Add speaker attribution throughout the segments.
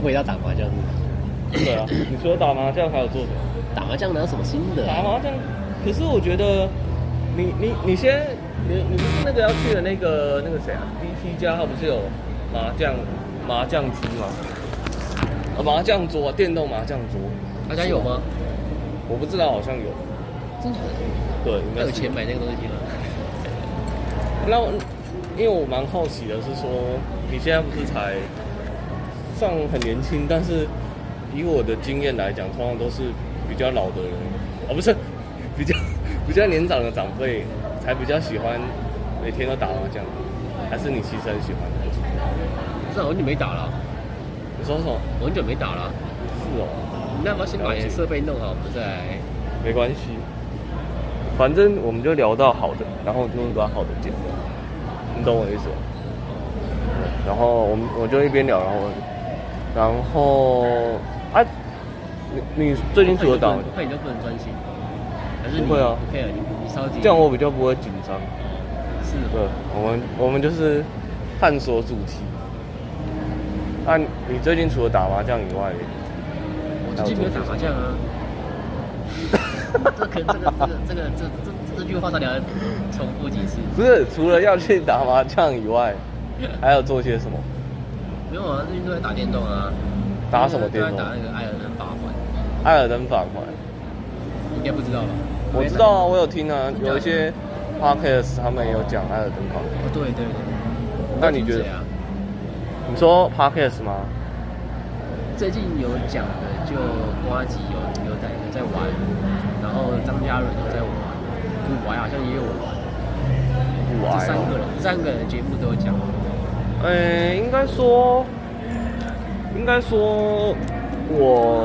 Speaker 1: 回到打麻将，
Speaker 2: 对啊，你除了打麻将还有做什么？
Speaker 1: 打麻将哪有什么新的、
Speaker 2: 打
Speaker 1: 啊？
Speaker 2: 麻将，可是我觉得你你你先你你不是那个要去的那个那个谁啊？BT 家他不是有麻将麻将机吗？啊，麻将桌啊，电动麻将桌，
Speaker 3: 大家有吗？
Speaker 2: 我不知道，好像有，
Speaker 3: 真的假的？
Speaker 2: 对，应
Speaker 3: 他
Speaker 2: 该
Speaker 3: 有
Speaker 2: 是
Speaker 3: 钱买那个东西吗？
Speaker 2: 那我因为我蛮好奇的是说，你现在不是才上很年轻，但是以我的经验来讲，通常都是比较老的人，哦， 不是，比较比较年长的长辈才比较喜欢每天都打麻将，还是你其实很喜欢？
Speaker 3: 那啊我很久没打了，
Speaker 2: 你说什么？
Speaker 3: 我很久没打了。
Speaker 2: 是哦，
Speaker 3: 那要不要先把你的设备弄好，我们再来？
Speaker 2: 没关系，反正我们就聊到好的，然后就把好的剪掉，你懂我的意思吗？然后我们我就一边聊，然后然后啊，你你最近除了打麻
Speaker 3: 我
Speaker 2: 将，
Speaker 3: 看你就不能专心，还是你
Speaker 2: 不会啊
Speaker 3: 不 care，你你超级
Speaker 2: 这样我比较不会紧张。
Speaker 3: 是
Speaker 2: 对，啊我们我们就是探索主题。那、啊、你最近除了打麻将以外，
Speaker 3: 我最近没有打麻将啊。这可能这个这个这个这这这这句话到底要重复几次？
Speaker 2: 不是除了要去打麻将以外，还有做些什么？
Speaker 3: 没有啊，最近都在打电动啊。
Speaker 2: 打什么电
Speaker 3: 都
Speaker 2: 动
Speaker 3: 在？打那个艾尔登法环，
Speaker 2: 艾尔登法环。
Speaker 3: 应该不知道吧？
Speaker 2: 我知道啊，我有听啊，有一些 podcast 他们也有讲艾尔登法环。
Speaker 3: 哦，对对对。
Speaker 2: 那你觉得
Speaker 3: 谁啊？
Speaker 2: 你说 podcast 吗？
Speaker 3: 最近有讲的就瓜吉有有在有在玩，然后张嘉伦有在玩，古玩好像也有玩，
Speaker 2: 不
Speaker 3: 这
Speaker 2: 玩
Speaker 3: 三个人这三个人节目都有讲。
Speaker 2: 呃、哦应该说，应该说，我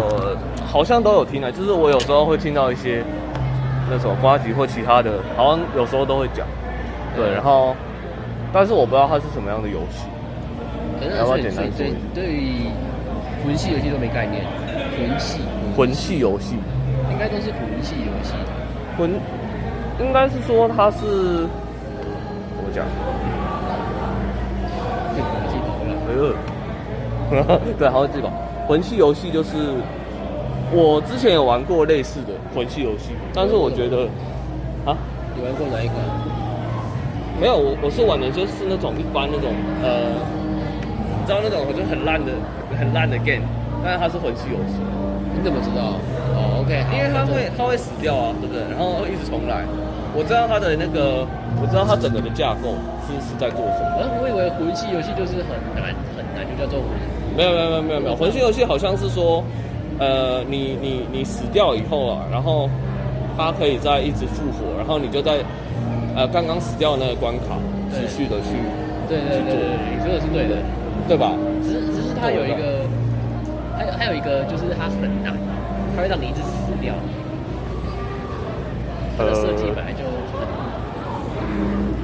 Speaker 2: 好像都有听啊，就是我有时候会听到一些那什么瓜吉或其他的，好像有时候都会讲。对，然后，但是我不知道它是什么样的游戏。
Speaker 3: 可是
Speaker 2: 要不
Speaker 3: 所
Speaker 2: 要
Speaker 3: 以
Speaker 2: 简单
Speaker 3: 所以所
Speaker 2: 说
Speaker 3: 以对于魂系游戏都没概念，魂系
Speaker 2: 魂系游戏，
Speaker 3: 应该都是魂系游戏。
Speaker 2: 魂，应该是说它是怎么讲？
Speaker 3: 这个我记得了。
Speaker 2: 哎呦， 对，还有这个魂系游戏就是我之前有玩过类似的魂系游戏，但是我觉得啊，
Speaker 3: 你玩过哪一个？
Speaker 2: 没有，我我是玩的就是那种一般那种呃，你知道那种就很烂的很烂的 game，但是它是魂系游戏，
Speaker 3: 你怎么知道？哦，OK，好
Speaker 2: 因为
Speaker 3: 那
Speaker 2: 它
Speaker 3: 就
Speaker 2: 会它会死掉啊，对不对？然后会一直重来。我知道它的那个，我知道它整个的架构是是在做什
Speaker 3: 啊，
Speaker 2: 么。
Speaker 3: 我以为魂系游戏就是很难很难，就叫做魂。
Speaker 2: 没有没有没有没有没有，魂系游戏好像是说，呃，你你你死掉以后啊，然后它可以再一直复活，然后你就在呃刚刚死掉的那个关卡持续的去，
Speaker 3: 对对对对对，你说的是对的。
Speaker 2: 对吧？
Speaker 3: 只是只是它有一个，还有还有一个就是它很难，它会让你一直死掉。它的设计本来就很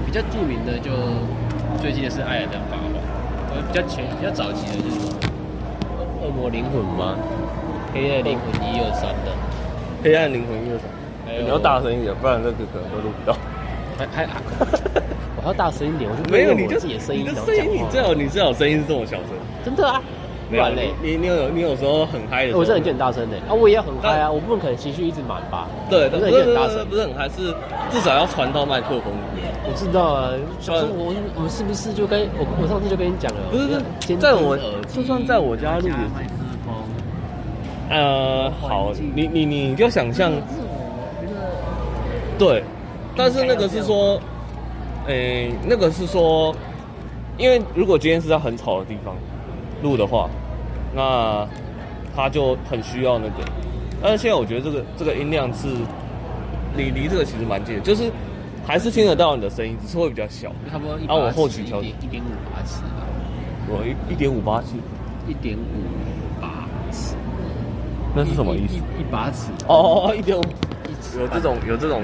Speaker 3: 比较著名的就最近的是《艾尔登法环》，呃，比较前比较早期的就是什么《恶魔灵魂》吗？《黑暗灵魂》一二三的，
Speaker 2: 黑暗灵魂乐手，
Speaker 3: 还有
Speaker 2: 你要大声一点，不然这个可能会录不到。
Speaker 3: 还还还我还要大声一点，我就
Speaker 2: 没有，
Speaker 3: 不能用
Speaker 2: 你就
Speaker 3: 我自己的声音，
Speaker 2: 你
Speaker 3: 然
Speaker 2: 的
Speaker 3: 后
Speaker 2: 声
Speaker 3: 讲
Speaker 2: 音，你
Speaker 3: 话
Speaker 2: 最好你最好声音是这么小声，
Speaker 3: 真的啊，不然嘞。
Speaker 2: 你你你有你有时候很嗨的时候，
Speaker 3: 我真的很很大声的啊！我也要很嗨
Speaker 2: 但
Speaker 3: 啊！我不可能情绪一直满吧？
Speaker 2: 对，
Speaker 3: 我
Speaker 2: 但
Speaker 3: 真的
Speaker 2: 不
Speaker 3: 也
Speaker 2: 是
Speaker 3: 很大
Speaker 2: 不是
Speaker 3: 声。
Speaker 2: 不是很嗨，是至少要传到麦克风里面。
Speaker 3: 我知道啊，想说我我们是不是就跟我我上次就跟你讲了，
Speaker 2: 不是不是
Speaker 3: 监听
Speaker 2: 在我
Speaker 3: 耳机
Speaker 2: 就算在我家录也是
Speaker 3: 拿麦克风，
Speaker 2: 呃，好，你你你就想象，对，但是那个是说，诶、那个是说，因为如果今天是在很吵的地方录的话，那他就很需要那个。但是现在我觉得这个这个音量是，你离这个其实蛮近的，就是还是听得到你的声音，只是会比较小。
Speaker 3: 就差不多一
Speaker 2: 啊我后期
Speaker 3: 一
Speaker 2: 调
Speaker 3: 点一点五八尺吧，
Speaker 2: 我一一点五八七，
Speaker 3: 一点五八尺，
Speaker 2: 那是什么意思
Speaker 3: 一？一一把尺，
Speaker 2: 哦，一点五。
Speaker 3: 一尺
Speaker 2: 有这种有这种，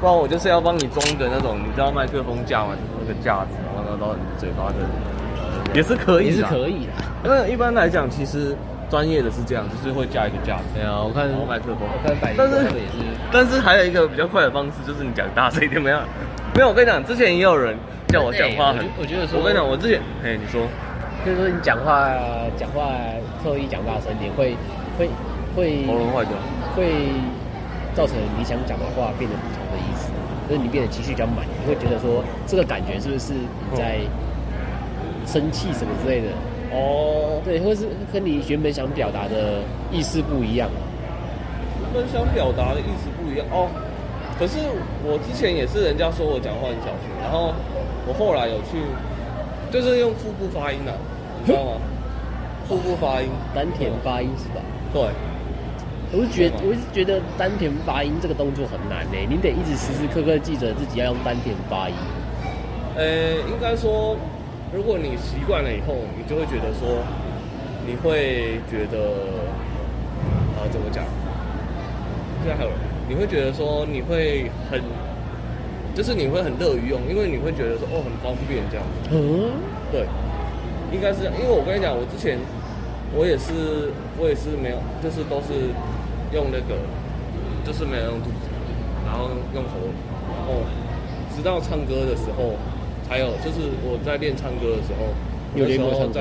Speaker 2: 不然我就是要帮你装一个那种，你知道麦克风架吗？就是那个架子，然后拿到你嘴巴这里，也是可以，啊
Speaker 3: 也是可。以的。
Speaker 2: 因为一般来讲，其实专业的是这样，就是会架一个架子，
Speaker 3: 对啊，我看
Speaker 2: 然后麦克风。
Speaker 3: 我看百灵
Speaker 2: 但是
Speaker 3: 他们也是。
Speaker 2: 但是还有一个比较快的方式，就是你讲大声一点，没 有？没有，我跟你讲，之前也有人叫我讲话很
Speaker 3: 对，我觉得我觉得说
Speaker 2: 我跟你讲，我之前，哎，你说，
Speaker 3: 就是说你讲话讲话特意讲大声点，会会会
Speaker 2: 喉咙坏掉。
Speaker 3: 会造成你想讲的话变得不同的意思，就是你变得情绪比较满，你会觉得说这个感觉是不是你在生气什么之类的？
Speaker 2: 哦，
Speaker 3: 对，或是跟你原本想表达的意思不一样。
Speaker 2: 原本想表达的意思不一样哦。可是我之前也是人家说我讲话很小心，然后我后来有去，就是用腹部发音啊，你知道吗？腹部发音，
Speaker 3: 丹田发音是吧？
Speaker 2: 对，
Speaker 3: 我是觉得，我是觉得丹田发音这个动作很难呢、你得一直时时刻刻记着自己要用丹田发音。
Speaker 2: 呃，应该说，如果你习惯了以后，你就会觉得说，你会觉得，啊，怎么讲？现在还有人，你会觉得说，你会很，就是你会很乐于用，因为你会觉得说，哦，很方便这样。
Speaker 3: 嗯，
Speaker 2: 对，应该是这样因为我跟你讲，我之前我也是我也是没有，就是都是用那个，就是没有用肚子，然后用喉咙，然后直到唱歌的时候，还有就是我在练唱歌的时候，
Speaker 3: 有练过唱歌
Speaker 2: 那时候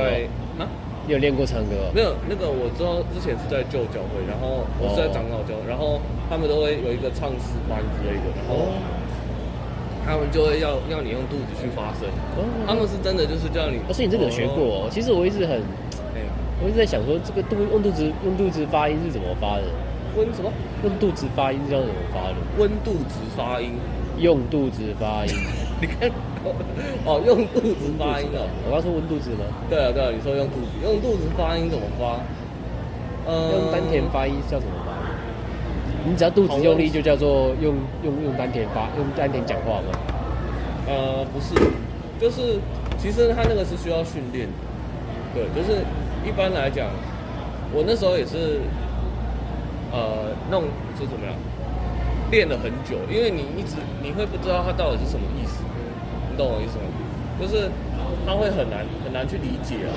Speaker 2: 在啊
Speaker 3: 你有练过唱歌哦？
Speaker 2: 没有那个我之后之前是在旧教会，然后我是
Speaker 3: 哦
Speaker 2: 在长老教，然后他们都会有一个唱诗班之类的，然后
Speaker 3: 哦
Speaker 2: 他们就会要要你用肚子去发声，
Speaker 3: 哦
Speaker 2: 他们是真的就是叫你，
Speaker 3: 哦，所以你这个有学过哦？其实我一直很，
Speaker 2: 哎
Speaker 3: 我一直在想说，这个肚用肚子用肚子发音是怎么发的？
Speaker 2: 温什么？
Speaker 3: 用肚子发音是要怎么发的？
Speaker 2: 温度值发音。
Speaker 3: 用肚子发音。
Speaker 2: 你看，哦，用肚子发音哦。
Speaker 3: 我刚说温肚子吗？
Speaker 2: 对啊，对啊，你说用肚子，用肚子发音怎么发？呃
Speaker 3: 用丹田发音叫什么发音？你只要肚子用力，就叫做用用用丹田发，用丹田讲话嘛。
Speaker 2: 呃，不是，就是其实他那个是需要训练的，对，就是一般来讲，我那时候也是，呃，弄就怎么样，练了很久，因为你一直你会不知道它到底是什么意思，你懂我意思吗？就是他会很难很难去理解啊，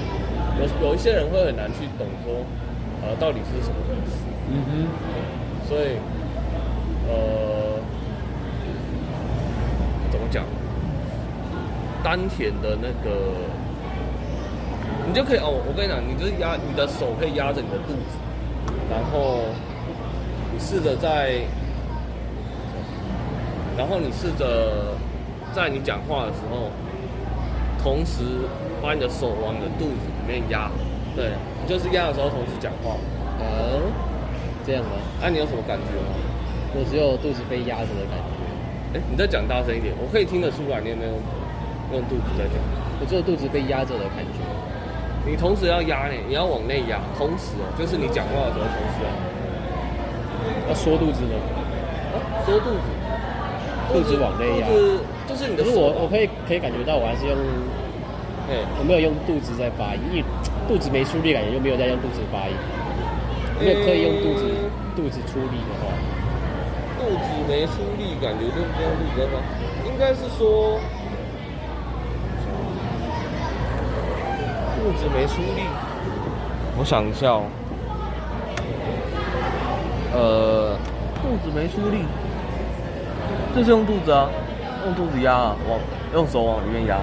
Speaker 2: 有有一些人会很难去懂说，呃，到底是什么意思，
Speaker 3: 嗯哼，
Speaker 2: 所以，呃，怎么讲？丹田的那个，你就可以哦。我跟你讲，你就是压你的手可以压着你的肚子，然后你试着在，然后你试着在你讲话的时候，同时把你的手往你的肚子里面压，对，你就是压的时候同时讲话。
Speaker 3: 好，呃这样吗？
Speaker 2: 啊，你有什么感觉吗？
Speaker 3: 我只有肚子被压着的感觉，
Speaker 2: 哎、你再讲大声一点，我可以听得出来你有没有用肚子在讲。
Speaker 3: 我只有肚子被压着的感觉。
Speaker 2: 你同时要压呢，你要往内压，同时哦，就是你讲话的时候同时要、
Speaker 3: 要缩肚子吗？
Speaker 2: 啊、缩肚子，
Speaker 3: 肚子往内压
Speaker 2: 肚子就是你
Speaker 3: 可
Speaker 2: 的
Speaker 3: 是
Speaker 2: 手哦
Speaker 3: 我
Speaker 2: 吧
Speaker 3: 我可以可以感觉到，我还是用
Speaker 2: 哎、
Speaker 3: 我没有用肚子在发音，因为肚子没出力，感觉就没有在用肚子发音。因为可以用肚子
Speaker 2: 嗯
Speaker 3: 肚子出力的话。
Speaker 2: 肚子没出力，感觉就不用肚子在吗？应该是说肚子没出力。我想一下哦，呃，肚子没出力，就是用肚子啊，用肚子压啊，往用手往里面压。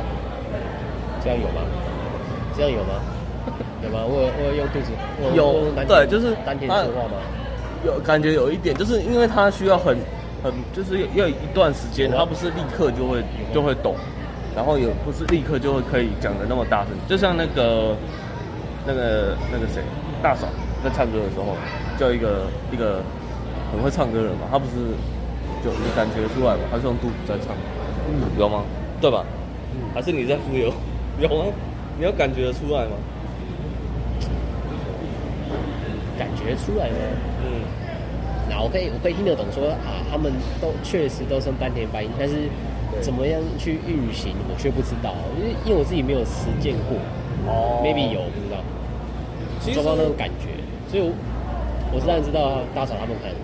Speaker 3: 这样有吗？这样有吗？有吗？我有我有用肚子，我
Speaker 2: 有
Speaker 3: 我用丹田
Speaker 2: 对就是
Speaker 3: 丹田
Speaker 2: 它
Speaker 3: 说话吗？
Speaker 2: 有感觉有一点，就是因为它需要很很，就是要一段时间，它不是立刻就会就会懂，然后也不是立刻就会可以讲的那么大声，就像那个那个那个谁大嫂在唱歌的时候，叫一个一个很会唱歌的人嘛，他不是就你感觉出来嘛，他是用肚子在唱，
Speaker 3: 嗯，
Speaker 2: 有吗？对吧？
Speaker 3: 嗯
Speaker 2: 还是你在忽 悠？有吗？你有感觉得出来吗？
Speaker 3: 感觉出来吗？
Speaker 2: 嗯，
Speaker 3: 那我可以我可以听得懂说啊，他们都确实都是用丹田发音，但是
Speaker 2: 对
Speaker 3: 怎么样去运行，我却不知道，因为因为我自己没有实践过、
Speaker 2: 哦
Speaker 3: m a y b e。有不知道，
Speaker 2: 其
Speaker 3: 抓不到那
Speaker 2: 实
Speaker 3: 种感觉，所以我我当然知道大嫂他们可能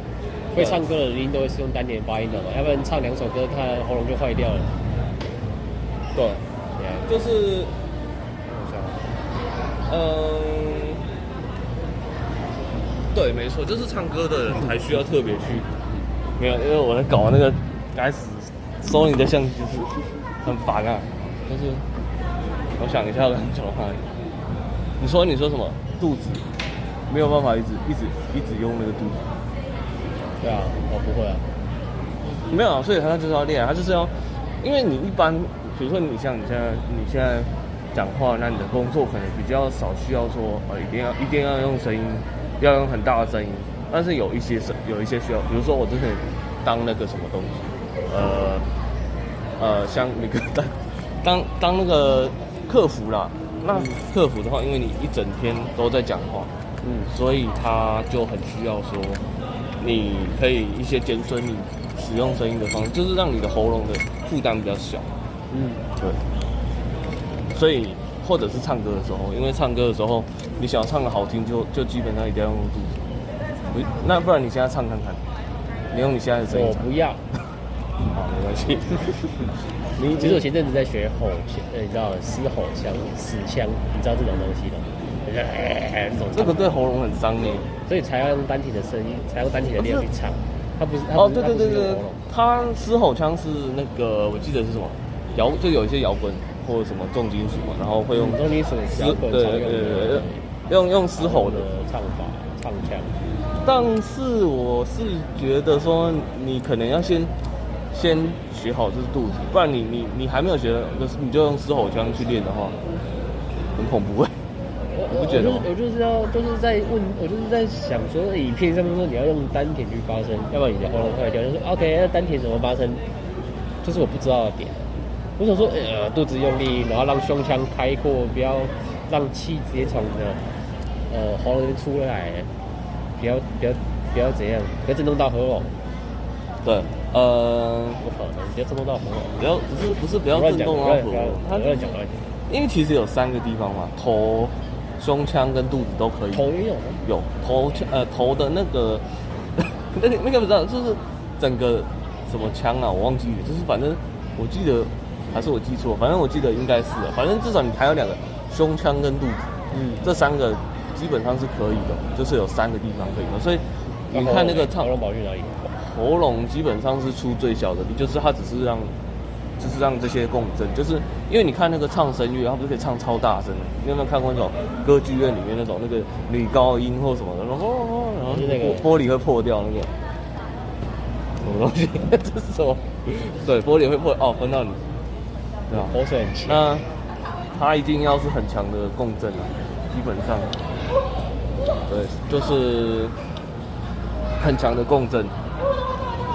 Speaker 3: 会
Speaker 2: 啊
Speaker 3: 唱歌的人一定都会是用丹田发音的嘛，要不然唱两首歌，看喉咙就坏掉了。对
Speaker 2: 对。
Speaker 3: 啊
Speaker 2: 就是，我想，嗯，对，没错，就是唱歌的人才需要特别去，没有，因为我在搞那个该死收你的相机，很烦啊，就是我想一下我刚讲哪里，你说你说什么？肚子没有办法一直一直一直用那个肚子，
Speaker 3: 对啊，
Speaker 2: 哦
Speaker 3: 我不会啊。
Speaker 2: 没有啊，所以他就是要练啊，他就是要，因为你一般，比如说你像你现在你现在讲话，那你的工作可能比较少需要说呃一定要一定要用声音，要用很大的声音，但是有一些声有一些需要，比如说我之前当那个什么东西，呃呃像那个 当当当那个客服啦，那
Speaker 3: 嗯
Speaker 2: 客服的话，因为你一整天都在讲话，
Speaker 3: 嗯
Speaker 2: 所以他就很需要说，你可以一些减损你使用声音的方式，就是让你的喉咙的负担比较小。
Speaker 3: 嗯，
Speaker 2: 对，所以或者是唱歌的时候，因为唱歌的时候你想要唱的好听就，就基本上一定要用肚子。不那不然你现在唱看看，你用你现在的声音
Speaker 3: 我
Speaker 2: 唱，
Speaker 3: 不要。
Speaker 2: 好，没关系。 你
Speaker 3: 哦其实我前阵子在学吼腔，呃，你知道嘶吼腔、死腔，你知道这种东西的吗？就是哎这种
Speaker 2: 这个对喉咙很伤欸耶。
Speaker 3: 所以才要用丹田的声音，才要用丹田的力量去唱。它不是它
Speaker 2: 哦，
Speaker 3: 不
Speaker 2: 对
Speaker 3: 是
Speaker 2: 对
Speaker 3: 它不是用
Speaker 2: 对对
Speaker 3: 喉咙，
Speaker 2: 他嘶吼腔是那个，我记得是什么摇，就有一些摇滚或者什么重金属嘛，然后会用
Speaker 3: 嗯中间水
Speaker 2: 嘶
Speaker 3: 摇
Speaker 2: 对
Speaker 3: 滚
Speaker 2: 对
Speaker 3: 常
Speaker 2: 对
Speaker 3: 用
Speaker 2: 对对
Speaker 3: 的
Speaker 2: 对，用用嘶吼的
Speaker 3: 的。唱法、唱腔。
Speaker 2: 但是我是觉得说，你可能要先先学好这是肚子，不然你你你还没有学，就是你就用嘶吼腔去练的话，很恐怖 哎、你
Speaker 3: 我
Speaker 2: 不觉得吗
Speaker 3: 我就是我就是要就是在问，我就是在想说，影片上面说你要用丹田去发声，要不然你的喉咙坏掉。就说 OK，那丹田怎么发声？就是我不知道的点。我想说，呃，肚子用力，然后让胸腔开阔，不要让气直接从你的呃喉咙里面出来，不要不要不要怎样，不要震动到喉咙，
Speaker 2: 对，呃，
Speaker 3: 不可能，不要震动到喉咙。
Speaker 2: 不要不是不是不
Speaker 3: 不
Speaker 2: 要
Speaker 3: 乱
Speaker 2: 震
Speaker 3: 讲，
Speaker 2: 动
Speaker 3: 不
Speaker 2: 啊
Speaker 3: 要，不要
Speaker 2: 它
Speaker 3: 不要乱讲，不要乱讲。
Speaker 2: 因为其实有三个地方嘛，头、胸腔跟肚子都可以。
Speaker 3: 头哦也有吗？
Speaker 2: 有头腔呃头的那个 那个那个不知道，就是整个什么腔啊，我忘记了，就是反正我记得还是我记错，反正我记得应该是的，反正至少你还有两个胸腔跟肚子，
Speaker 3: 嗯，
Speaker 2: 这三个基本上是可以的，就是有三个地方可以的，所以你看那个唱
Speaker 3: 喉咙保育哪里？
Speaker 2: 喉咙基本上是出最小的力，就是它只是让，就是让这些共振，就是因为你看那个唱声乐，它不是可以唱超大声的？你有没有看过那种歌剧院里面那种那个女高音或什么的，然后然后
Speaker 3: 就是那个
Speaker 2: 玻玻璃会破掉那个，什么东西？ 这是什么？对，玻璃会破哦，分到你，对吧？啊
Speaker 3: 口水很轻。
Speaker 2: 那它一定要是很强的共振啊，基本上，对，就是很强的共振。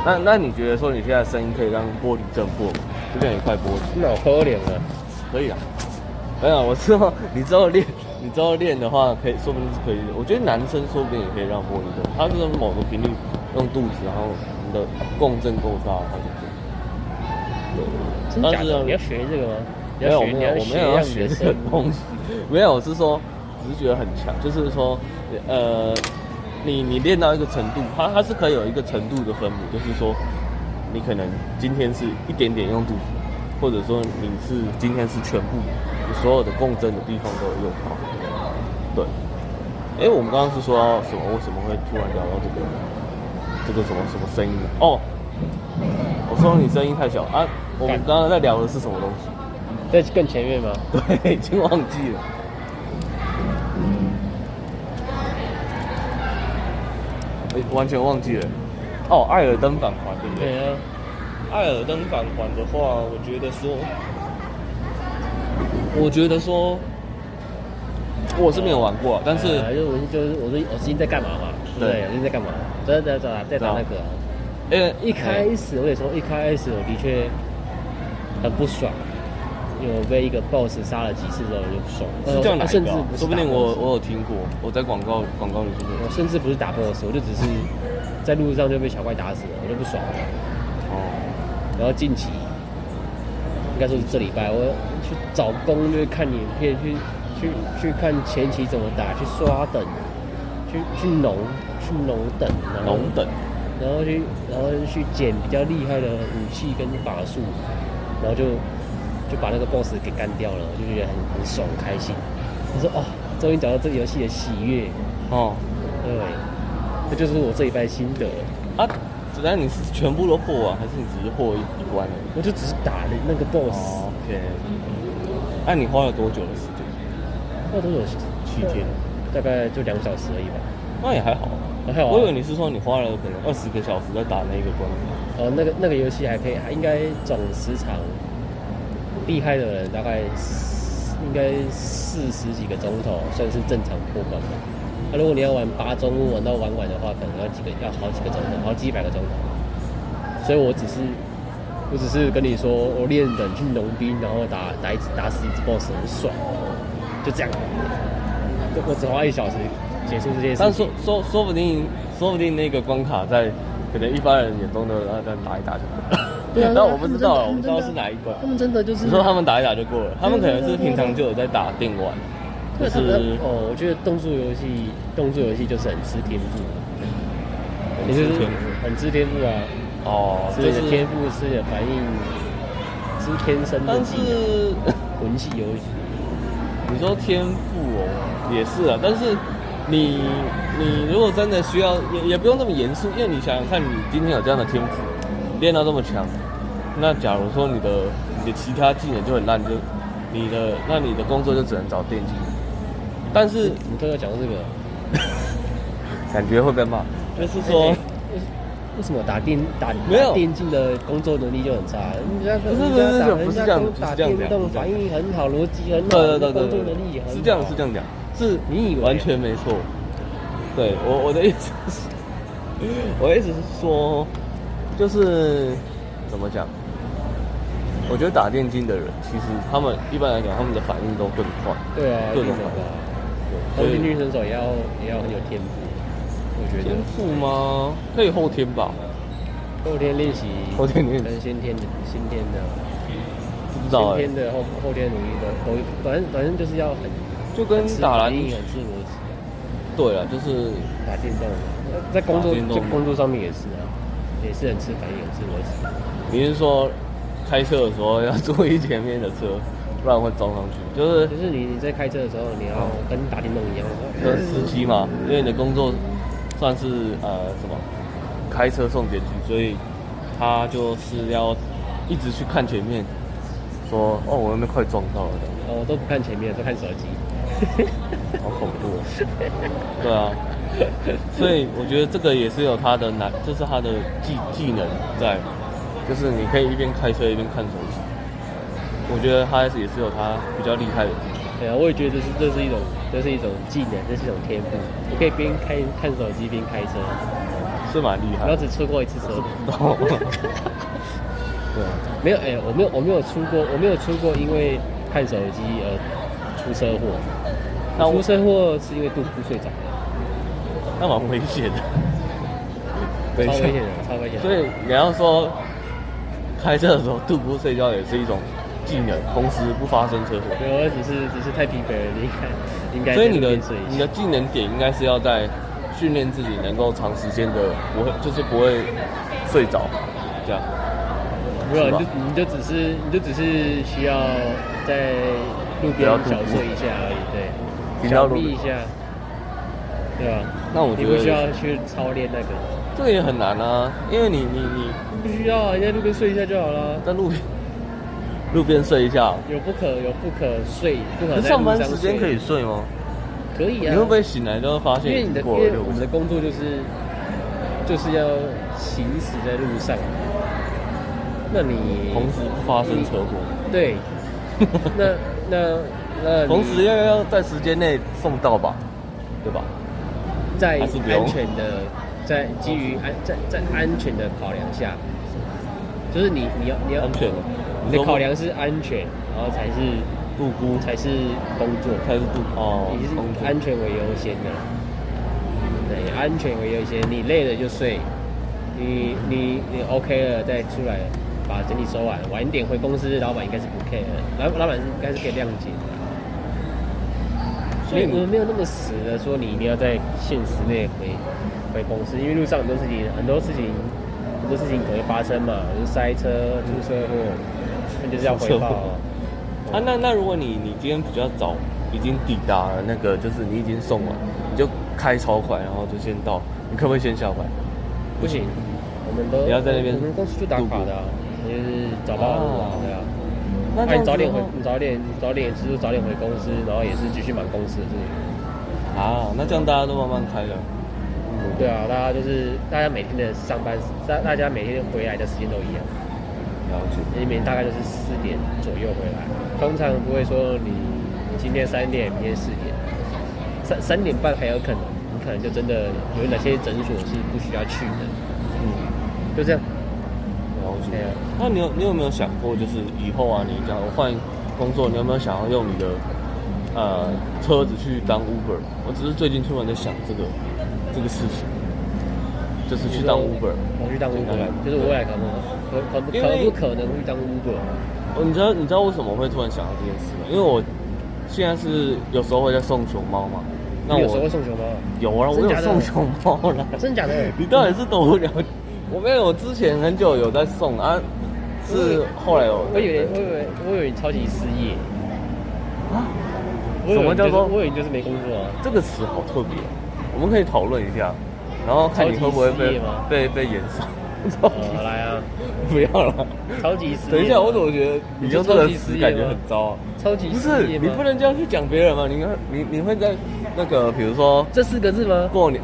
Speaker 2: 那那你觉得说你现在声音可以让玻璃震破吗？这边有一块玻璃，
Speaker 3: 那我喝脸了，
Speaker 2: 可以啊。没有，我之后你之后练，你之后练的话，可以说不定是可以的。我觉得男生说不定也可以让玻璃震，他就是某个频率用肚子，然后你的共振够大，他就可以。
Speaker 3: 真假
Speaker 2: 但是
Speaker 3: 的？你要学这个吗？你
Speaker 2: 没有
Speaker 3: 要学，
Speaker 2: 没
Speaker 3: 你
Speaker 2: 有，
Speaker 3: 要
Speaker 2: 我
Speaker 3: 学
Speaker 2: 没有要
Speaker 3: 让你的
Speaker 2: 学这个
Speaker 3: 声
Speaker 2: 东西， 没有，我是说，只是觉得很强，就是说，呃，你你练到一个程度，它它是可以有一个程度的分母，就是说，你可能今天是一点点用肚子，或者说你是今天是全部，你所有的共振的地方都有用到，对。哎、我们刚刚是说到什么？为什么会突然聊到这个这个什么什么声音？哦，我说你声音太小啊！我们刚刚在聊的是什么东西？
Speaker 3: 在更前面吗？
Speaker 2: 对，已经忘记了。嗯诶哎完全忘记了。哦，艾尔登返还，对不对？
Speaker 3: 对啊，
Speaker 2: 艾尔登返还的话，我觉得说，我觉得说，我是没有玩过啊，但是
Speaker 3: 呃就我就是我说我最近在干嘛嘛？
Speaker 2: 对
Speaker 3: 对，我最近在干嘛？在在在在打那个啊。
Speaker 2: 呃，
Speaker 3: 一开始我也说，一开始我的确很不爽，因为我被一个 boss 杀了几次之后我就不爽了，
Speaker 2: 是叫
Speaker 3: 呃
Speaker 2: 哪一
Speaker 3: 甚
Speaker 2: 个
Speaker 3: 至
Speaker 2: 啊？
Speaker 3: 不是
Speaker 2: 说不定
Speaker 3: 打
Speaker 2: 我
Speaker 3: boss
Speaker 2: 我有听过，我在广告广告里说过
Speaker 3: 我。甚至不是打 boss，我就只是在路上就被小怪打死了，我就不爽了。
Speaker 2: 哦，
Speaker 3: 然后近期，应该说是这礼拜，我去找工，就是看影片，去去去看前期怎么打，去刷等，去去农去农等，然后
Speaker 2: 龙哦等，
Speaker 3: 然后去然后去捡比较厉害的武器跟法术，然后就就把那个 boss 给干掉了，我就觉得很很爽很开心。我说哦，终于找到这个游戏的喜悦，
Speaker 2: 哦，
Speaker 3: 对，这就是我这礼拜心得。
Speaker 2: 啊，子弹你是全部都破啊，还是你只是破一一关而已？
Speaker 3: 我就只是打了
Speaker 2: 哦
Speaker 3: 那个 boss，嗯
Speaker 2: 哦，OK。那、你花了多久的时间？
Speaker 3: 那都有
Speaker 2: 七天，
Speaker 3: 大概就两小时而已吧。
Speaker 2: 那也还好。
Speaker 3: 还好啊
Speaker 2: 我以为你是说你花了可能二十个小时在打那一个关卡，
Speaker 3: 哦，那个那个游戏还可以，还应该总时长厉害的人大概四应该四十几个钟头算是正常过关吧。那、如果你要玩八中路玩到玩晚的话，可能要几个要好几个钟头，好几百个钟头。所以我只是我只是跟你说，我练等去农兵，然后打打一只打死一只 BOSS 很爽，就这样。我我只花一小时结束这件事情。
Speaker 2: 但说说说不定说不定那个关卡在可能一般人眼中的那再打一打就过了。
Speaker 3: 对啊，对
Speaker 2: 但
Speaker 3: 啊
Speaker 2: 我不知道，我不知道是哪一关。
Speaker 3: 他们真的就是
Speaker 2: 你说他们打一打就过了，他们可能
Speaker 3: 对对
Speaker 2: 是
Speaker 3: 对
Speaker 2: 平常就有在打电玩，就
Speaker 3: 对他们的
Speaker 2: 是
Speaker 3: 哦，我觉得动作游戏，动作游戏就是很吃天赋，
Speaker 2: 你
Speaker 3: 就是
Speaker 2: 天
Speaker 3: 很吃天赋啊，
Speaker 2: 哦，
Speaker 3: 吃
Speaker 2: 就
Speaker 3: 你的天
Speaker 2: 是，
Speaker 3: 赋，吃你的反应，是天啊生的
Speaker 2: 但
Speaker 3: 技
Speaker 2: 是
Speaker 3: 能。魂系游戏，
Speaker 2: 你说天赋哦，也是啊，但是你你如果真的需要，也也不用那么严肃，因为你想想看，你今天有这样的天赋，练到这么强，那假如说你的你的其他技能就很烂，就你的那你的工作就只能找电竞，但是
Speaker 3: 你刚刚讲到这个，
Speaker 2: 感觉会被骂，就是说
Speaker 3: 哎。哎为什么打电打
Speaker 2: 没有
Speaker 3: 打电竞的工作能力就很差？人家
Speaker 2: 不是
Speaker 3: 人家打
Speaker 2: 不是不是不是这样
Speaker 3: 人家打
Speaker 2: 不是这样
Speaker 3: 电动
Speaker 2: 不是这样
Speaker 3: 反应很好，逻辑很好，
Speaker 2: 对对对
Speaker 3: 工作
Speaker 2: 对
Speaker 3: 能
Speaker 2: 对
Speaker 3: 力也很好。
Speaker 2: 是这样是这样讲，是
Speaker 3: 你以为啊
Speaker 2: 完全没错。对我我的意思是，我的意思是说，就是怎么讲？我觉得打电竞的人，其实他们一般来讲，他们的反应都更快。
Speaker 3: 对啊，
Speaker 2: 各
Speaker 3: 各
Speaker 2: 种
Speaker 3: 种
Speaker 2: 玩
Speaker 3: 吧。当
Speaker 2: 所以
Speaker 3: 电竞选手也要也要很有天赋，我觉
Speaker 2: 天
Speaker 3: 得。
Speaker 2: 赋吗？可以后天吧，
Speaker 3: 后天练习，
Speaker 2: 后天练习
Speaker 3: 跟先天的、先天的、
Speaker 2: 不嗯知
Speaker 3: 先
Speaker 2: 道哎、
Speaker 3: 天的后后天努力的，都反正反正就是要很
Speaker 2: 就跟
Speaker 3: 很吃
Speaker 2: 打篮
Speaker 3: 反应很吃逻辑，
Speaker 2: 对了，就是
Speaker 3: 打电动，在工作
Speaker 2: 打电动
Speaker 3: 就工作上面也是啊，也是很吃反应，很吃逻辑。
Speaker 2: 你是说开车的时候要注意前面的车，不然会撞上去。就是
Speaker 3: 就是你你在开车的时候，你要跟打电动一样，
Speaker 2: 跟司机嘛，因为你的工作算是呃什么，开车送检举，所以他就是要一直去看前面，说哦我那边快撞到了，
Speaker 3: 哦，我都不看前面，都看手机。
Speaker 2: 这样好恐怖、哦。对啊，所以我觉得这个也是有他的难，这是他的技技能在，就是你可以一边开车一边看手机。我觉得他也是有他比较厉害的地方。
Speaker 3: 对啊，我也觉得这是这是一种这是一种技能，这是一种天赋。你可以边看看手机边开车，
Speaker 2: 是蛮厉害
Speaker 3: 然后
Speaker 2: 的。
Speaker 3: 只出过一次车。
Speaker 2: 对啊。
Speaker 3: 没有，哎、我没有，我没有出过，我没有出过，因为看手机而出车祸。
Speaker 2: 那我
Speaker 3: 出车祸是因为度不睡着，
Speaker 2: 那蛮危险 的，
Speaker 3: 超危 险的，超危险的。
Speaker 2: 所以你要说开车的时候度不睡觉也是一种技能，同时不发生车祸。
Speaker 3: 没有，我只是只是太疲惫了，你应该应该
Speaker 2: 所以你
Speaker 3: 在路
Speaker 2: 的
Speaker 3: 边睡一下
Speaker 2: 你的技能点应该是要在训练自己能够长时间的不会就是不会睡着，这样
Speaker 3: 没有，
Speaker 2: 是吧
Speaker 3: 你就你就只是你就只是需要在路边
Speaker 2: 不要度
Speaker 3: 小睡一下而已，对，
Speaker 2: 停到
Speaker 3: 小
Speaker 2: 路
Speaker 3: 眯
Speaker 2: 边
Speaker 3: 一下，对吧、
Speaker 2: 那我
Speaker 3: 你
Speaker 2: 觉
Speaker 3: 不需
Speaker 2: 得
Speaker 3: 要去操练那个，
Speaker 2: 这个也很难啊，因为你你你
Speaker 3: 不需要啊，你在路边睡一下就好了。
Speaker 2: 在路边路边睡一下，
Speaker 3: 有不可有不可睡，不可
Speaker 2: 可
Speaker 3: 在路
Speaker 2: 是上班
Speaker 3: 上
Speaker 2: 时间
Speaker 3: 睡
Speaker 2: 可以睡吗？
Speaker 3: 可以
Speaker 2: 你
Speaker 3: 啊。
Speaker 2: 会不会醒来就会发
Speaker 3: 因
Speaker 2: 现
Speaker 3: 为你的，因
Speaker 2: 过了
Speaker 3: 为
Speaker 2: 六
Speaker 3: 我们的
Speaker 2: 点？
Speaker 3: 工作就是就是要行驶在路上，那你
Speaker 2: 同时不发生车祸，
Speaker 3: 对， 那那那你
Speaker 2: 同时要要在时间内送到吧，对吧？
Speaker 3: 在
Speaker 2: 还是不用
Speaker 3: 安全的，在基于安在在安全的考量下，就是你你要你要
Speaker 2: 安全的，
Speaker 3: 你的考量是安全，然后才是
Speaker 2: 度估
Speaker 3: 才是工作，
Speaker 2: 才是度哦，
Speaker 3: 你
Speaker 2: 工
Speaker 3: 是
Speaker 2: 作
Speaker 3: 安全为优先的，对，安全为优先。你累了就睡，你你你 OK 了再出来，把整理收完，晚一点回公司，老板应该是不 care，的老老板应该是可以谅解的。
Speaker 2: 所
Speaker 3: 所以嗯
Speaker 2: 以
Speaker 3: 我们
Speaker 2: 你
Speaker 3: 没有那么死的说你一定要在限时内回回公司，因为路上很多事情，很多事情，很多事情可能会发生嘛，就是塞车、出车祸， 那就是要回报
Speaker 2: 出车祸
Speaker 3: 哦。
Speaker 2: 啊，那那如果你你今天比较早已经抵达了那个，就是你已经送完，你就开超快，然后就先到，你可不可以先下班？
Speaker 3: 不行，嗯我们都
Speaker 2: 你要在那边哦
Speaker 3: 我们公司就打卡的、啊，就是早八晚五啊，对啊。
Speaker 2: 那
Speaker 3: 那你
Speaker 2: 这样子
Speaker 3: 早
Speaker 2: 的
Speaker 3: 点
Speaker 2: 话
Speaker 3: 回，你早点早点吃，早点回公司，然后也是继续忙公司的事情。
Speaker 2: 啊，那这样大家都慢慢开了。嗯
Speaker 3: 对啊，大家就是大家每天的上班，大大家每天回来的时间都一样，
Speaker 2: 了解。
Speaker 3: 你每天大概就是四点左右回来，通常不会说你今天三点，明天四点，三三点半还有可能，你可能就真的有哪些诊所是不需要去的，
Speaker 2: 嗯，
Speaker 3: 就这样。
Speaker 2: 了
Speaker 3: 对啊。
Speaker 2: 解那你有你有没有想过，就是以后啊，你假如换工作，你有没有想要用你的呃车子去当 Uber？我只是最近突然在想这个这个事情，就是去当 Uber。
Speaker 3: 我去当 Uber，就是我未来可能可可不
Speaker 2: 因为
Speaker 3: 可不可能去当 Uber？啊
Speaker 2: 哦，你知道你知道为什么会突然想到这件事吗？因为我现在是有时候会在送熊猫嘛，那
Speaker 3: 你有时候
Speaker 2: 我
Speaker 3: 会送熊猫啊，
Speaker 2: 有啊，我
Speaker 3: 真
Speaker 2: 有
Speaker 3: 假的
Speaker 2: 送熊猫啦。
Speaker 3: 真假的？
Speaker 2: 你到底是多了？我没有，我之前很久有在送啊，是后来有。
Speaker 3: 我以为我以为我以为你超级失业，
Speaker 2: 啊，
Speaker 3: 我以为
Speaker 2: 什么
Speaker 3: 你
Speaker 2: 叫
Speaker 3: 就是
Speaker 2: 做
Speaker 3: 我以为你就是没工作啊？
Speaker 2: 这个词好特别，我们可以讨论一下，然后看你会不会
Speaker 3: 超级失
Speaker 2: 被
Speaker 3: 业吗
Speaker 2: 被被延 上。超级
Speaker 3: 呃，来 啊，
Speaker 2: 不要了，
Speaker 3: 超级失业。
Speaker 2: 等一下，我怎么觉得你
Speaker 3: 你
Speaker 2: 用
Speaker 3: 就
Speaker 2: 这
Speaker 3: 超
Speaker 2: 个
Speaker 3: 级
Speaker 2: 词
Speaker 3: 失业
Speaker 2: 感觉
Speaker 3: 吗
Speaker 2: 很糟啊？
Speaker 3: 超级
Speaker 2: 不
Speaker 3: 失
Speaker 2: 是，
Speaker 3: 业吗
Speaker 2: 你不能这样去讲别人嘛？你看，你你会在那个，比如说
Speaker 3: 这四个字吗？
Speaker 2: 过年，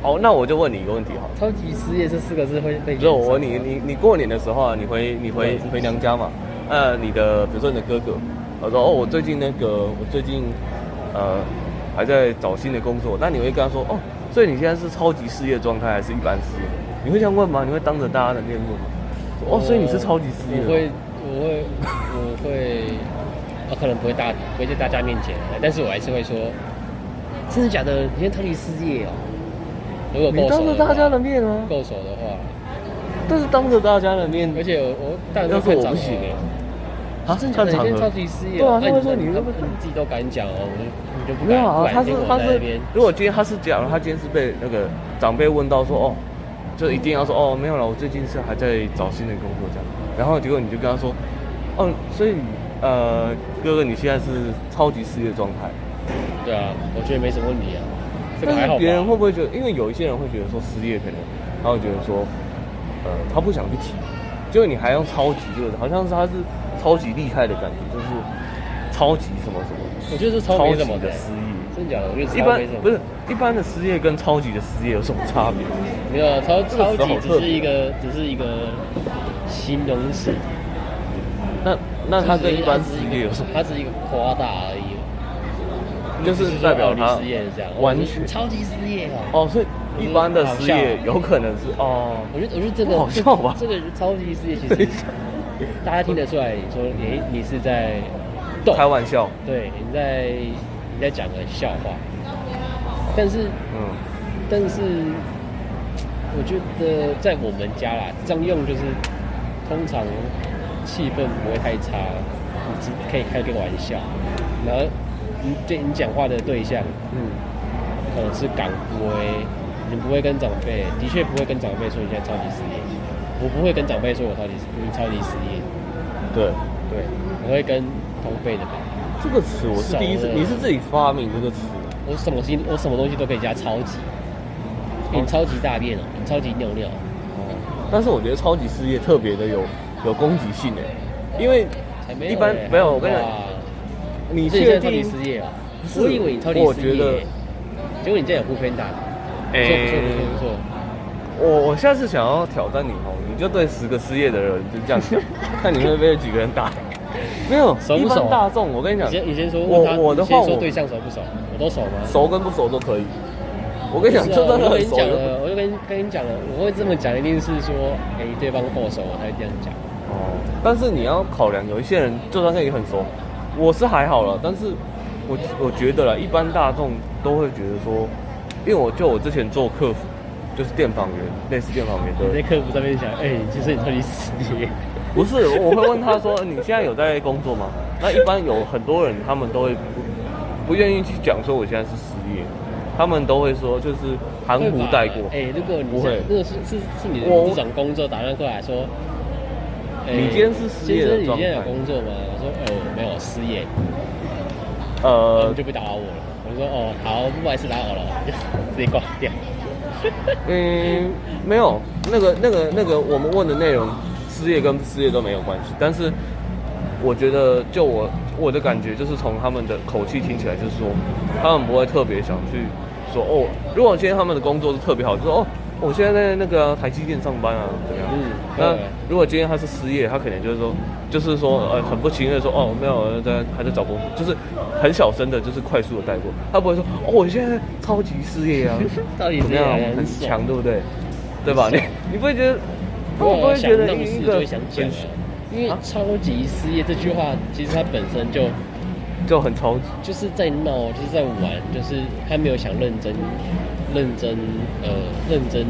Speaker 2: 哦，那我就问你一个问题好了，
Speaker 3: 超级失业这四个字会被
Speaker 2: 比如说我问你，你你过年的时候啊，你回你回你回娘家嘛？呃，你的比如说你的哥哥，我说哦，我最近那个我最近呃还在找新的工作，那你会跟他说哦，所以你现在是超级失业状态还是一般失业？你会这样问吗？你会当着大家的面问吗？哦，所以你是超级失
Speaker 3: 我
Speaker 2: 业的，
Speaker 3: 会我会我会，我可能不会大不会在大家面前，但是我还是会说，真的假的？你现在超级失业哦？如果
Speaker 2: 你
Speaker 3: 够
Speaker 2: 当
Speaker 3: 熟
Speaker 2: 着
Speaker 3: 话
Speaker 2: 大家的面啊，
Speaker 3: 够熟的话，
Speaker 2: 但是当着大家的面，
Speaker 3: 而且我我当然
Speaker 2: 要
Speaker 3: 会看
Speaker 2: 是我
Speaker 3: 场
Speaker 2: 不
Speaker 3: 合
Speaker 2: 行
Speaker 3: 啊。
Speaker 2: 啊，
Speaker 3: 真的
Speaker 2: 看
Speaker 3: 你
Speaker 2: 场
Speaker 3: 今天超
Speaker 2: 合。
Speaker 3: 级失业
Speaker 2: 对啊
Speaker 3: 哦，
Speaker 2: 他会说你
Speaker 3: 你
Speaker 2: 会
Speaker 3: 他
Speaker 2: 不
Speaker 3: 们
Speaker 2: 会
Speaker 3: 你自己都敢讲哦，我就你就不
Speaker 2: 没
Speaker 3: 敢
Speaker 2: 有啊，
Speaker 3: 不
Speaker 2: 他
Speaker 3: 敢
Speaker 2: 是
Speaker 3: 跟我
Speaker 2: 他
Speaker 3: 在那
Speaker 2: 是
Speaker 3: 边，
Speaker 2: 如果今天他是假如他今天是被那个长辈问到说哦，就一定要说哦没有了，我最近是还在找新的工作这样，然后结果你就跟他说，哦，所以呃哥哥你现在是超级失业状态，
Speaker 3: 对啊，我觉得没什么问题啊，这个还
Speaker 2: 但
Speaker 3: 好
Speaker 2: 是别人
Speaker 3: 吧？
Speaker 2: 会不会觉得，因为有一些人会觉得说失业可能，他会觉得说，呃他不想去提，结果你还用超级这个字，好像是他是超级厉害的感觉，就是超级什么什么，
Speaker 3: 我觉得是超没什么
Speaker 2: 级
Speaker 3: 的
Speaker 2: 的，失业。
Speaker 3: 真假的？我觉得
Speaker 2: 一
Speaker 3: 超
Speaker 2: 般
Speaker 3: 没什么，
Speaker 2: 不是一般的失业跟超级的失业有什么差别？
Speaker 3: 没有啊超
Speaker 2: 这个
Speaker 3: 超
Speaker 2: 词
Speaker 3: 级
Speaker 2: 好
Speaker 3: 只
Speaker 2: 特
Speaker 3: 是
Speaker 2: 别
Speaker 3: 一个只是一个形容词，
Speaker 2: 那那他
Speaker 3: 只是
Speaker 2: 跟
Speaker 3: 一
Speaker 2: 一
Speaker 3: 个
Speaker 2: 般
Speaker 3: 它只
Speaker 2: 失
Speaker 3: 是一个
Speaker 2: 业有什么？
Speaker 3: 它只是一个夸大而已，
Speaker 2: 就是
Speaker 3: 说
Speaker 2: 代表
Speaker 3: 哦
Speaker 2: 他
Speaker 3: 你失业是这样，
Speaker 2: 完
Speaker 3: 哦你
Speaker 2: 全
Speaker 3: 超级失业哦。
Speaker 2: 哦，所以一般的失业有可能是哦，
Speaker 3: 我觉得我觉得这个
Speaker 2: 不好
Speaker 3: 这
Speaker 2: 笑吧
Speaker 3: 这个超级失业其
Speaker 2: 等一
Speaker 3: 实
Speaker 2: 下
Speaker 3: 大家听得出来，你说你你是在逗
Speaker 2: 开玩笑，
Speaker 3: 对，你在你在讲个笑话，但是
Speaker 2: 嗯，
Speaker 3: 但是，我觉得在我们家啦，这样用就是通常气氛不会太差，你只可以开个玩笑，然后你对你讲话的对象
Speaker 2: 嗯，
Speaker 3: 可能是港规，你不会跟长辈，的确不会跟长辈说你现在超级失业，我不会跟长辈说我超级我超级失业，
Speaker 2: 对，
Speaker 3: 对，我会跟同辈的吧。
Speaker 2: 这个词我是第一次，
Speaker 3: 少了
Speaker 2: 你是自己发明这个词，
Speaker 3: 我什么东西，我什么东西都可以加超级，你超级大便哦，你超级尿尿，
Speaker 2: 哦但是我觉得超级失业特别的有有攻击性诶，因为
Speaker 3: 才没有、欸。
Speaker 2: 一般没有我跟你讲
Speaker 3: 哇
Speaker 2: 你
Speaker 3: 所以现在
Speaker 2: 确
Speaker 3: 超级
Speaker 2: 定
Speaker 3: 失业啊？
Speaker 2: 不是
Speaker 3: 我以为你超级
Speaker 2: 我
Speaker 3: 失
Speaker 2: 觉
Speaker 3: 业
Speaker 2: 得哎
Speaker 3: 欸，结果你这样有互偏打，不错不错不错不错。
Speaker 2: 我我下次想要挑战你哦，你就对十个失业的人就这样 讲，看你会被几个人打。没有，
Speaker 3: 熟
Speaker 2: 一
Speaker 3: 不熟
Speaker 2: 般大众，我跟你讲
Speaker 3: 你，先你先说
Speaker 2: 我
Speaker 3: 问他，
Speaker 2: 我的
Speaker 3: 你先
Speaker 2: 话
Speaker 3: 说
Speaker 2: 我
Speaker 3: 对象熟不熟？我都熟吗？
Speaker 2: 熟跟不熟都可以。我跟你讲，
Speaker 3: 不
Speaker 2: 这
Speaker 3: 是啊
Speaker 2: 真的
Speaker 3: 我就
Speaker 2: 很
Speaker 3: 跟你
Speaker 2: 熟
Speaker 3: 讲
Speaker 2: 的。
Speaker 3: 了，我就跟跟你讲了，我会这么讲，一定是说，哎、对方够熟，我才会这样讲。
Speaker 2: 哦，但是你要考量，有一些人就算跟你很熟，我是还好了，但是我我觉得啦，一般大众都会觉得说，因为我就我之前做客服，就是电访员，类似电访员的
Speaker 3: 你在客服上面讲，哎、其实你超级失业，
Speaker 2: 不是，我会问他说：“你现在有在工作吗？”那一般有很多人，他们都会不不愿意去讲说我现在是失业，他们都会说就是含糊带过。
Speaker 3: 哎、如果你
Speaker 2: 不会
Speaker 3: 是如果是是是你的
Speaker 2: 我
Speaker 3: 这种工作打算过来说，哎
Speaker 2: 你今天是失业的
Speaker 3: 先生你今天有
Speaker 2: 状态
Speaker 3: 工作吗？我说，哦、没有失业，然后
Speaker 2: 呃
Speaker 3: 就，不打扰我了。我说，哦，好，不好意思打扰了，直接挂掉。
Speaker 2: 嗯，没有，那个那个那个，我们问的内容，失业跟失业都没有关系。但是我觉得，就我我的感觉就是从他们的口气听起来，就是说他们不会特别想去说哦，如果今天他们的工作是特别好，就说哦，我现在在那个啊、台积电上班啊，怎么样？
Speaker 3: 嗯
Speaker 2: 那
Speaker 3: 对
Speaker 2: 如果今天他是失业，他可能就是说，就是说呃很不情愿地说哦没有呃在还在找工作，就是很小声的，就是快速的带过，他不会说哦我现在超级失业啊，
Speaker 3: 到底
Speaker 2: 怎么
Speaker 3: 谁啊
Speaker 2: 样
Speaker 3: 来爽
Speaker 2: 很强对不对？对吧？你 你不会觉得？他
Speaker 3: 我
Speaker 2: 们不会
Speaker 3: 想
Speaker 2: 觉得
Speaker 3: 弄
Speaker 2: 一
Speaker 3: 死
Speaker 2: 个
Speaker 3: 就会想讲
Speaker 2: 很
Speaker 3: 啊，因为
Speaker 2: 啊
Speaker 3: 超级失业这句话，其实它本身就
Speaker 2: 就很超级。
Speaker 3: 就是在闹，就是在玩，就是他没有想认真、认真呃认真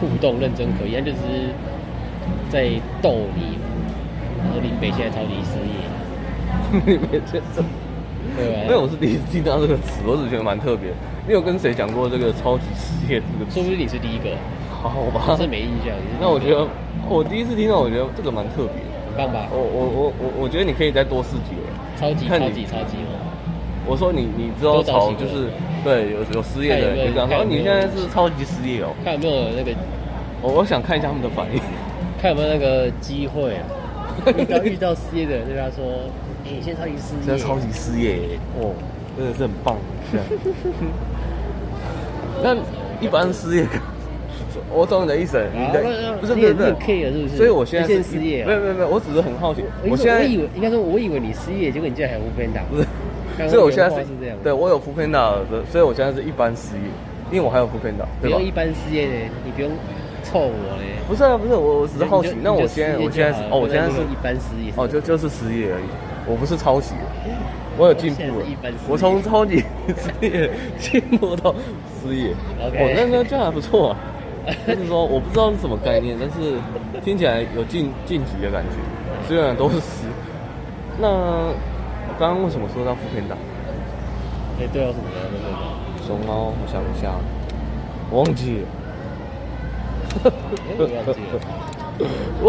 Speaker 3: 互动、认真可以，他就是在逗你。然后林北现在超级失业，
Speaker 2: 你没觉得？
Speaker 3: 对吧？
Speaker 2: 没有，我，是第一次听到这个词，我只觉得蛮特别。你有跟谁讲过这个“超级失业”这个词
Speaker 3: 说？不定你是第 一个，
Speaker 2: 好
Speaker 3: 我
Speaker 2: 吧，
Speaker 3: 是没印象。你是
Speaker 2: 那我觉得我第一次听到，我觉得这个蛮特别的。
Speaker 3: 很棒吧
Speaker 2: 我？我我我我觉得你可以再多试几个。
Speaker 3: 超级
Speaker 2: 看
Speaker 3: 超
Speaker 2: 你
Speaker 3: 级超级哦！
Speaker 2: 我说你你知道
Speaker 3: 多找
Speaker 2: 潮
Speaker 3: 几个
Speaker 2: 就是对有有失业
Speaker 3: 看
Speaker 2: 的
Speaker 3: 有没有
Speaker 2: 人，就跟他说
Speaker 3: 看有
Speaker 2: 哦
Speaker 3: 没
Speaker 2: 你
Speaker 3: 有
Speaker 2: 现在是超级失业哦。
Speaker 3: 看有没有那个，
Speaker 2: 我我想看一下他们的反应。
Speaker 3: 看有没有那个机会 啊？遇到遇到失业的人，对他说：“哎、你现在超级失业，
Speaker 2: 现在超级失业耶哦，真的是很棒。这样 那一般失业，我懂你的意思。你
Speaker 3: 啊
Speaker 2: 的
Speaker 3: 那那
Speaker 2: 不是
Speaker 3: 你
Speaker 2: 不
Speaker 3: 也
Speaker 2: 是不
Speaker 3: 你
Speaker 2: 是
Speaker 3: 也 care 是不是
Speaker 2: 所以我现在
Speaker 3: 你
Speaker 2: 是
Speaker 3: 现在失业啊
Speaker 2: 没有没有没有，我只是很好奇。
Speaker 3: 我
Speaker 2: 我
Speaker 3: 现
Speaker 2: 现
Speaker 3: 在我
Speaker 2: 在
Speaker 3: 以为应该说，我以为你失业，结果你竟然还无分档。
Speaker 2: 不是
Speaker 3: 刚，刚
Speaker 2: 所以我现在
Speaker 3: 原话是这样
Speaker 2: 对我有扶贫岛的，所以我现在是一般失业，因为我还有扶贫岛，
Speaker 3: 不
Speaker 2: 对吧
Speaker 3: 用？一般失业呢，你不用凑我呢。
Speaker 2: 不是啊，不是，我我只是好奇
Speaker 3: 你。就
Speaker 2: 那
Speaker 3: 你
Speaker 2: 我
Speaker 3: 就失业
Speaker 2: 现在
Speaker 3: 就
Speaker 2: 我现在
Speaker 3: 好
Speaker 2: 是
Speaker 3: 了
Speaker 2: 哦，
Speaker 3: 不
Speaker 2: 我现
Speaker 3: 然
Speaker 2: 在
Speaker 3: 那
Speaker 2: 是
Speaker 3: 个一般失业。
Speaker 2: 哦，就就是失业而已，我不是抄袭，我有进步
Speaker 3: 现在
Speaker 2: 了
Speaker 3: 是一般失业。
Speaker 2: 我从超级失业进步到失业，
Speaker 3: OK
Speaker 2: 哦，那那这样还不错啊。就是说，我不知道是什么概念，但是听起来有晋晋级的感觉，虽然都是失。那我刚刚为什么说到副片档？
Speaker 3: 哎、对啊，什么的，对对对
Speaker 2: 熊猫，我想一下，我忘记了。
Speaker 3: 哎我忘记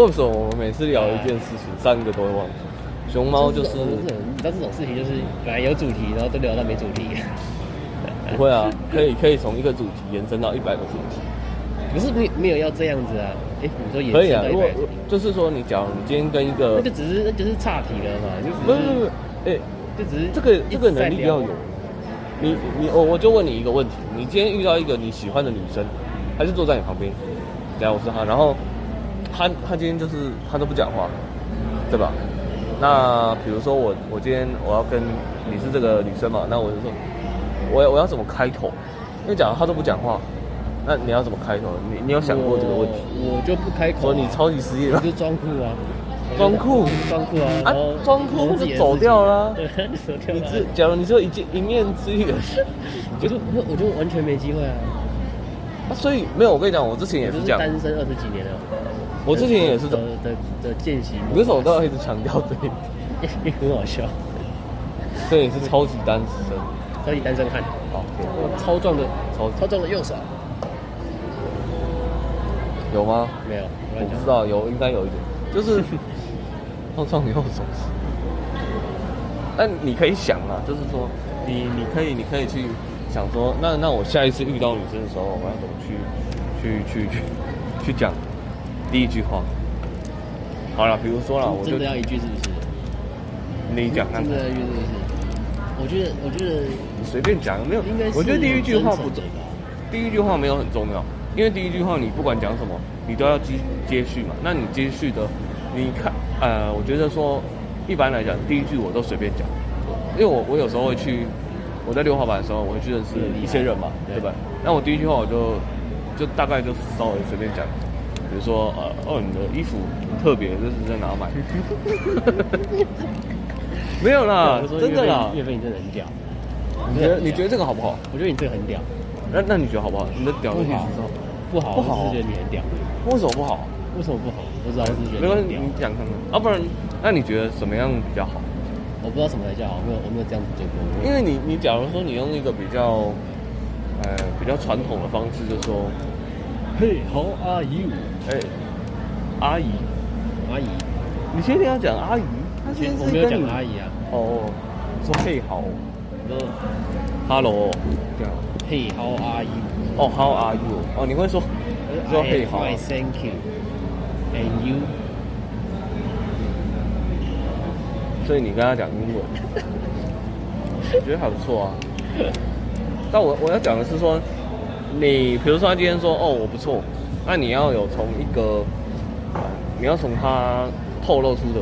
Speaker 3: 了。
Speaker 2: 为什么我们每次聊一件事情，三个都会忘记？熊猫哦就是
Speaker 3: 这种这种你知道这种事情就是本来有主题，然后都聊到没主题。
Speaker 2: 不会啊，可以可以从一个主题延伸到一百个主题。
Speaker 3: 不是没没有要这样子啊？哎、你说延
Speaker 2: 可以
Speaker 3: 伸
Speaker 2: 啊
Speaker 3: 到，一
Speaker 2: 如果
Speaker 3: 百主题，
Speaker 2: 就是说，你假如你今天跟一
Speaker 3: 那
Speaker 2: 个
Speaker 3: 就只是那就是岔题了嘛，就只是
Speaker 2: 不是不是，哎、
Speaker 3: 就只是
Speaker 2: 这个
Speaker 3: 一直
Speaker 2: 这个
Speaker 3: 在
Speaker 2: 能力
Speaker 3: 聊
Speaker 2: 要有。你你我我就问你一个问题，你今天遇到一个你喜欢的女生，她就坐在你旁边，然后我是她，然后她她今天就是她都不讲话，对吧？那比如说我我今天我要跟你是这个女生嘛，那我就说我要我要怎么开头？因为假如她都不讲话，那你要怎么开头？你你有想过这个问题？
Speaker 3: 我，我就不开口、
Speaker 2: 说
Speaker 3: 啊。
Speaker 2: 你超级失业
Speaker 3: 我
Speaker 2: 吧？
Speaker 3: 就装酷啊，
Speaker 2: 装酷
Speaker 3: 装酷啊，然后
Speaker 2: 啊装酷
Speaker 3: 忙自己的
Speaker 2: 就走
Speaker 3: 事情
Speaker 2: 掉啦
Speaker 3: 对， 走掉
Speaker 2: 你
Speaker 3: 了。
Speaker 2: 只假如你只有一见一面之缘，
Speaker 3: 我就我就我就完全没机会啊，
Speaker 2: 啊所以没有我跟你讲，我之前也
Speaker 3: 我
Speaker 2: 是
Speaker 3: 就是
Speaker 2: 这样，
Speaker 3: 单身二十几年了。
Speaker 2: 我之前也是这
Speaker 3: 的的的见习，
Speaker 2: 你为什么都要一直强调这一 点？
Speaker 3: 也 很好笑，
Speaker 2: 这也是超级单身。
Speaker 3: 超级单身汉，
Speaker 2: 好，
Speaker 3: 超壮的
Speaker 2: 超
Speaker 3: 超壮的右手啊
Speaker 2: 有吗？
Speaker 3: 没有，
Speaker 2: 我
Speaker 3: 乱
Speaker 2: 不
Speaker 3: 讲
Speaker 2: 知道，有应该有一点，就是 超壮有总是。但你可以想啊，就是说你你可以你可以去想说，那那我下一次遇到女生的时候，我要怎么去去去去去讲第一句话？好了，比如说啦，啊我就
Speaker 3: 真的要一句是不是？
Speaker 2: 你讲看看
Speaker 3: 真的要一句是不是？我觉得我觉得
Speaker 2: 你随便讲，没有
Speaker 3: 应该，是
Speaker 2: 我觉得第一句话不
Speaker 3: 真诚
Speaker 2: 重
Speaker 3: 的吧，
Speaker 2: 第一句话没有很重要，因为第一句话你不管讲什么，你都要接接续嘛。那你接续的，你看，呃，我觉得说，一般来讲，第一句我都随便讲，因为我我有时候会去，我在溜滑板的时候，我会去认识一些人嘛，
Speaker 3: 对
Speaker 2: 对吧？那我第一句话我就就大概就稍微随便讲，比如说，呃，哦，你的衣服很特别，这是在哪买？ 没有啦
Speaker 3: 我，说
Speaker 2: 啊真的啦。
Speaker 3: 岳飞岳飞你真的很屌，
Speaker 2: 你觉得你觉得这个好不好？
Speaker 3: 我觉得你这个很屌，
Speaker 2: 那那你觉得好不好？你的屌的
Speaker 3: 不
Speaker 2: 意
Speaker 3: 好
Speaker 2: 思是什么
Speaker 3: 不好，
Speaker 2: 不
Speaker 3: 我
Speaker 2: 好
Speaker 3: 只是觉得你很屌，
Speaker 2: 为什么不好？
Speaker 3: 为什么不好？不知道，我只是觉
Speaker 2: 没
Speaker 3: 得
Speaker 2: 关
Speaker 3: 你
Speaker 2: 系，
Speaker 3: 很屌
Speaker 2: 你。讲看看。啊，不然，那你觉得怎么样比较好？
Speaker 3: 我不知道什么才叫好，我没有我没有这样子做过。我
Speaker 2: 因为你你假如说你用一个比较，呃，比较传统的方式，就说，
Speaker 3: 嘿，How are you，
Speaker 2: 哎、阿姨，
Speaker 3: 阿姨？
Speaker 2: 你确定要讲阿姨？他今天
Speaker 3: 我
Speaker 2: 是
Speaker 3: 没有
Speaker 2: 跟
Speaker 3: 讲
Speaker 2: 你
Speaker 3: 阿姨啊，
Speaker 2: 哦，说嘿好
Speaker 3: 我说
Speaker 2: ，hello，这样。
Speaker 3: 嘿，How are you？
Speaker 2: 哦、h o w are you？哦，你会说，你
Speaker 3: I
Speaker 2: 说
Speaker 3: am
Speaker 2: 嘿哎好。
Speaker 3: fine, Thank you. And you？
Speaker 2: 所以你跟他讲英文， 我觉得还不错啊。但我我要讲的是说，你比如说他今天说哦我不错，那你要有从一个，你要从他透露出的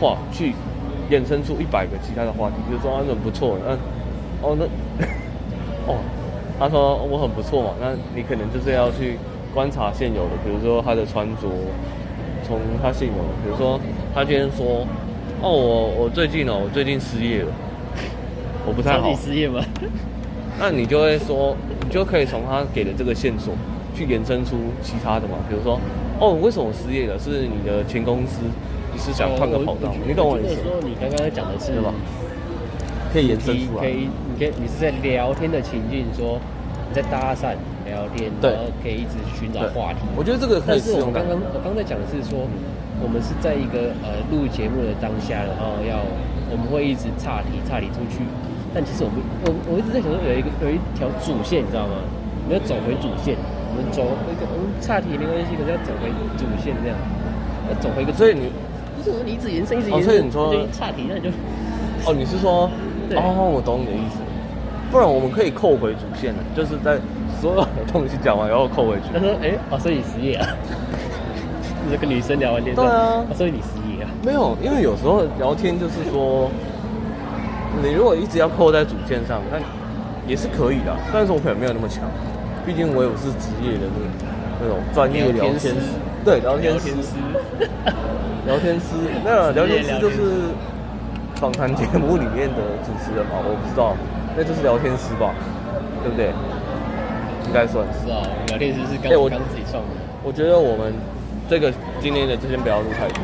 Speaker 2: 话去衍生出一百个其他的话题，比如说啊你很不错，那哦那 哦，他说我很不错嘛，那你可能就是要去观察现有的，比如说他的穿着，从他现有的，比如说他今天说哦我我最近哦我最近失业了，我不太
Speaker 3: 超
Speaker 2: 好
Speaker 3: 级。失业吗？
Speaker 2: 那你就会说，你就可以从他给的这个线索去延伸出其他的嘛，比如说，哦，为什么失业了？是你的前公司，你是想换个跑道
Speaker 3: 我？
Speaker 2: 你哦懂我
Speaker 3: 觉
Speaker 2: 意
Speaker 3: 得
Speaker 2: 思吗？
Speaker 3: 说你刚刚讲的是
Speaker 2: 对吧可以延伸
Speaker 3: 你
Speaker 2: 出
Speaker 3: 可
Speaker 2: 来。
Speaker 3: 以，你可以，你是在聊天的情境说你在搭讪聊天，
Speaker 2: 对
Speaker 3: 然后可以一直寻找
Speaker 2: 对
Speaker 3: 话题。
Speaker 2: 我觉得这个可
Speaker 3: 但
Speaker 2: 以
Speaker 3: 是
Speaker 2: 适
Speaker 3: 我
Speaker 2: 用
Speaker 3: 们
Speaker 2: 的
Speaker 3: 刚。刚我刚才讲的是说，我们是在一个呃录节目的当下，然后要我们会一直岔题岔题出去。但其实我们我我一直在想说有一个有一条主线，你知道吗？我们要走回主线，我们走一个我们岔题没关系，可是要走回主线这样，要走回一个主。
Speaker 2: 所以你，
Speaker 3: 不是我说你一直延伸一直
Speaker 2: 哦
Speaker 3: 延伸，
Speaker 2: 所以你说
Speaker 3: 那就岔题，那你就
Speaker 2: 哦，你是说，
Speaker 3: 对
Speaker 2: 哦，我懂你的意思。不然我们可以扣回主线的，就是在所有的东西讲完然后扣回去
Speaker 3: 他。说：“哎、哦，所以你失业啊？” 你就跟女生聊完天说：“
Speaker 2: 对啊
Speaker 3: 哦所以你失业啊
Speaker 2: 没有，因为有时候聊天就是说，你如果一直要扣在主线上，那也是可以的啊。虽然说我可能没有那么强，毕竟我也不是职业的那种那种专业
Speaker 3: 聊
Speaker 2: 聊
Speaker 3: 天
Speaker 2: 天
Speaker 3: 师
Speaker 2: 师，对，？”聊天师，
Speaker 3: 师，
Speaker 2: 聊天师，那
Speaker 3: 职业
Speaker 2: 聊天师
Speaker 3: 聊天
Speaker 2: 就
Speaker 3: 师
Speaker 2: 是访谈节目里面的主持人嘛，我不知道，那就是聊天师吧，对不对？应该算是。
Speaker 3: 是啊，聊天师是刚
Speaker 2: 哎我
Speaker 3: 刚自己创的。
Speaker 2: 我觉得我们这个今天的就先不要录太多，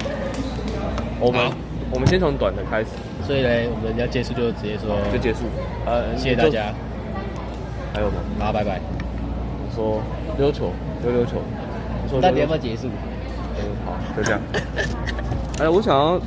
Speaker 2: 我们
Speaker 3: 好
Speaker 2: 我们先从短的开始
Speaker 3: 所以呢，我们要结束就直接说，
Speaker 2: 就结束。呃，
Speaker 3: 谢谢大家，
Speaker 2: 还有吗？
Speaker 3: 然后拜拜。
Speaker 2: 我说溜球，溜溜球。我说
Speaker 3: 到底
Speaker 2: 溜
Speaker 3: 要不
Speaker 2: 溜球
Speaker 3: 要结束？
Speaker 2: 嗯好，就这样。哎，我想要